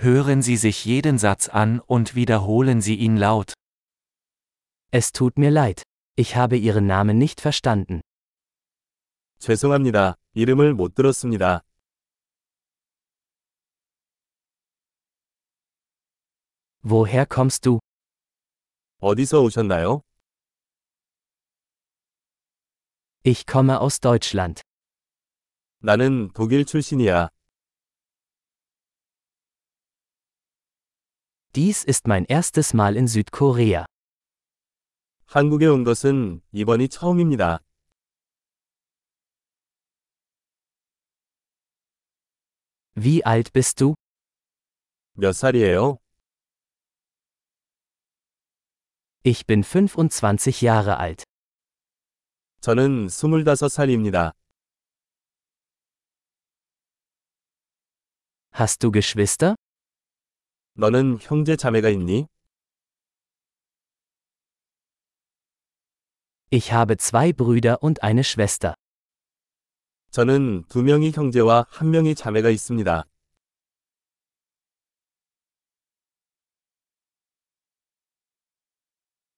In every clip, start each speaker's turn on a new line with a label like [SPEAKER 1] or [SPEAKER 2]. [SPEAKER 1] Hören Sie sich jeden Satz an und wiederholen Sie ihn laut.
[SPEAKER 2] Es tut mir leid. Ich habe Ihren Namen nicht verstanden.
[SPEAKER 3] 죄송합니다. 이름을 못 들었습니다.
[SPEAKER 2] Woher kommst du?
[SPEAKER 3] 어디서 오셨나요?
[SPEAKER 2] Ich komme aus Deutschland.
[SPEAKER 3] 나는 독일 출신이야.
[SPEAKER 2] Dies ist mein erstes Mal in Südkorea.
[SPEAKER 3] 한국에 온 것은 이번이 처음입니다.
[SPEAKER 2] Wie alt bist du?
[SPEAKER 3] 몇 살이에요?
[SPEAKER 2] Ich bin 25 Jahre alt.
[SPEAKER 3] 저는 25살입니다.
[SPEAKER 2] Hast du Geschwister?
[SPEAKER 3] 너는 형제 자매가 있니?
[SPEAKER 2] Ich habe zwei Brüder und eine Schwester.
[SPEAKER 3] 저는 두 명이 형제와 한 명이 자매가 있습니다.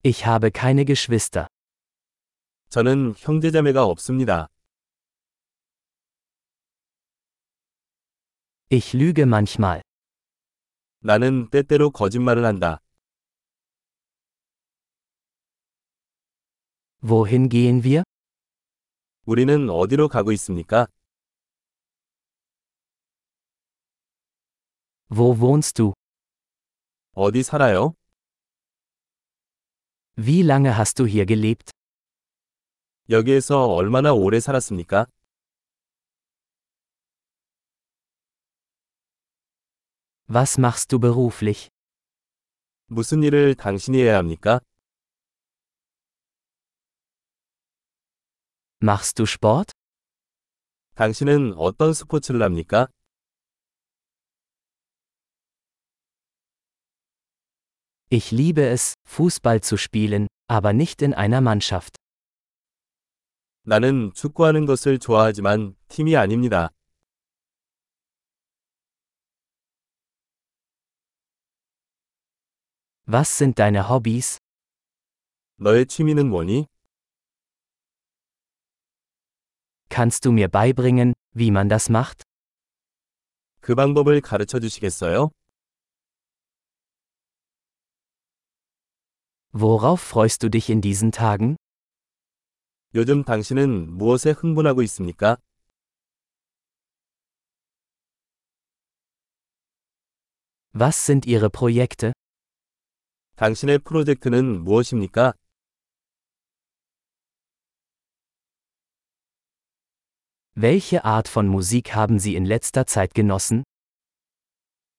[SPEAKER 2] Ich habe keine Geschwister.
[SPEAKER 3] 저는 형제 자매가 없습니다.
[SPEAKER 2] Ich lüge manchmal.
[SPEAKER 3] 나는 때때로 거짓말을 한다.
[SPEAKER 2] Wohin gehen wir?
[SPEAKER 3] 우리는 어디로 가고 있습니까?
[SPEAKER 2] Wo wohnst du?
[SPEAKER 3] 어디 살아요?
[SPEAKER 2] Wie lange hast du hier gelebt?
[SPEAKER 3] 여기에서 얼마나 오래 살았습니까?
[SPEAKER 2] Was machst du beruflich?
[SPEAKER 3] 무슨 일을 당신이 해야 합니까?
[SPEAKER 2] Machst du Sport?
[SPEAKER 3] 당신은 어떤 스포츠를 합니까?
[SPEAKER 2] Ich liebe es, Fußball zu spielen, aber nicht in einer Mannschaft.
[SPEAKER 3] 나는 축구하는 것을 좋아하지만 팀이 아닙니다.
[SPEAKER 2] Was sind deine Hobbys?
[SPEAKER 3] 너의 취미는 뭐니?
[SPEAKER 2] Kannst du mir beibringen, wie man das macht?
[SPEAKER 3] 그 방법을 가르쳐 주시겠어요?
[SPEAKER 2] Worauf freust du dich in diesen Tagen?
[SPEAKER 3] 요즘 당신은 무엇에 흥분하고 있습니까?
[SPEAKER 2] Was sind ihre Projekte?
[SPEAKER 3] 당신의 프로젝트는 무엇입니까?
[SPEAKER 2] Welche Art von Musik haben sie in letzter Zeit genossen?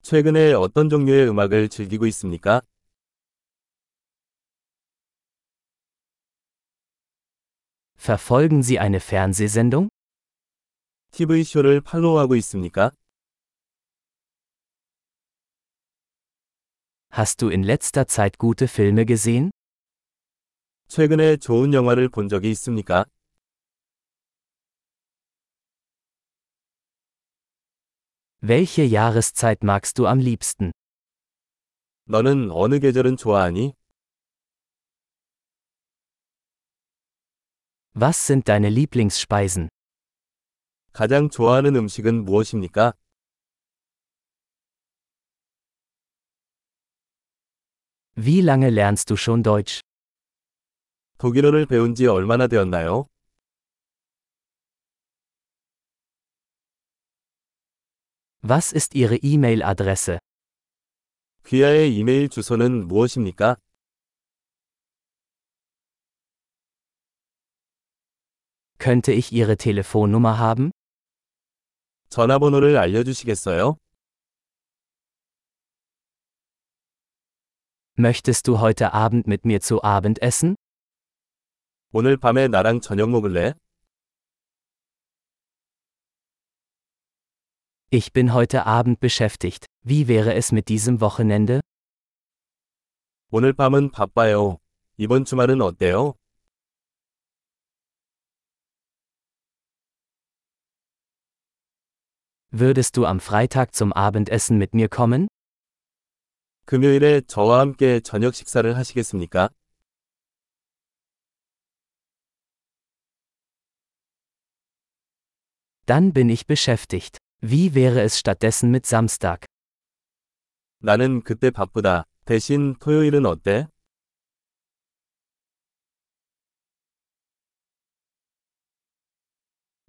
[SPEAKER 3] 최근에 어떤 종류의 음악을 즐기고 있습니까?
[SPEAKER 2] Verfolgen sie eine Fernsehsendung?
[SPEAKER 3] TV 쇼를 팔로우하고 있습니까?
[SPEAKER 2] Hast du in letzter Zeit gute Filme gesehen?
[SPEAKER 3] 최근에 좋은 영화를 본 적이 있습니까?
[SPEAKER 2] Welche Jahreszeit magst du am liebsten?
[SPEAKER 3] 너는 어느 계절은 좋아하니?
[SPEAKER 2] Was sind deine Lieblingsspeisen?
[SPEAKER 3] 가장 좋아하는 음식은 무엇입니까?
[SPEAKER 2] Wie lange lernst du schon Deutsch?
[SPEAKER 3] 독일어를 배운 지 얼마나 되었나요?
[SPEAKER 2] Was ist ihre E-Mail-Adresse?
[SPEAKER 3] 귀하의 이메일 주소는 무엇입니까?
[SPEAKER 2] Könnte ich ihre Telefonnummer haben?
[SPEAKER 3] 전화번호를 알려주시겠어요?
[SPEAKER 2] Möchtest du heute Abend mit mir zu Abend essen?
[SPEAKER 3] 오늘 밤에 나랑 저녁 먹을래?
[SPEAKER 2] Ich bin heute Abend beschäftigt. Wie wäre es mit diesem Wochenende?
[SPEAKER 3] 오늘 밤은 바빠요. 이번 주말은 어때요?
[SPEAKER 2] Würdest du am Freitag zum Abendessen mit mir kommen?
[SPEAKER 3] 금요일에 저와 함께 저녁 식사를 하시겠습니까?
[SPEAKER 2] Dann bin ich beschäftigt. Wie wäre es stattdessen mit Samstag?
[SPEAKER 3] 나는 그때 바쁘다. 대신 토요일은 어때?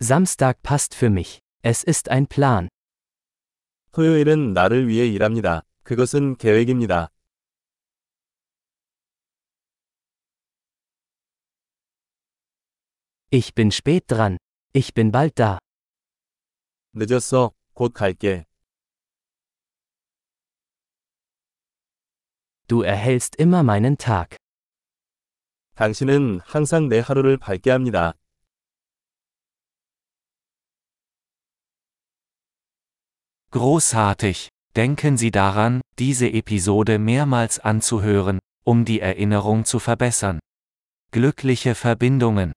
[SPEAKER 2] Samstag passt für mich. Es ist ein Plan.
[SPEAKER 3] 토요일은 나를 위해 일합니다. 그것은 계획입니다.
[SPEAKER 2] Ich bin spät dran. Ich bin bald da.
[SPEAKER 3] 늦었어. 곧 갈게.
[SPEAKER 2] Du erhältst immer meinen Tag.
[SPEAKER 3] 당신은 항상 내 하루를 밝게 합니다.
[SPEAKER 1] Großartig! Denken Sie daran, diese Episode mehrmals anzuhören, um die Erinnerung zu verbessern. Glückliche Verbindungen!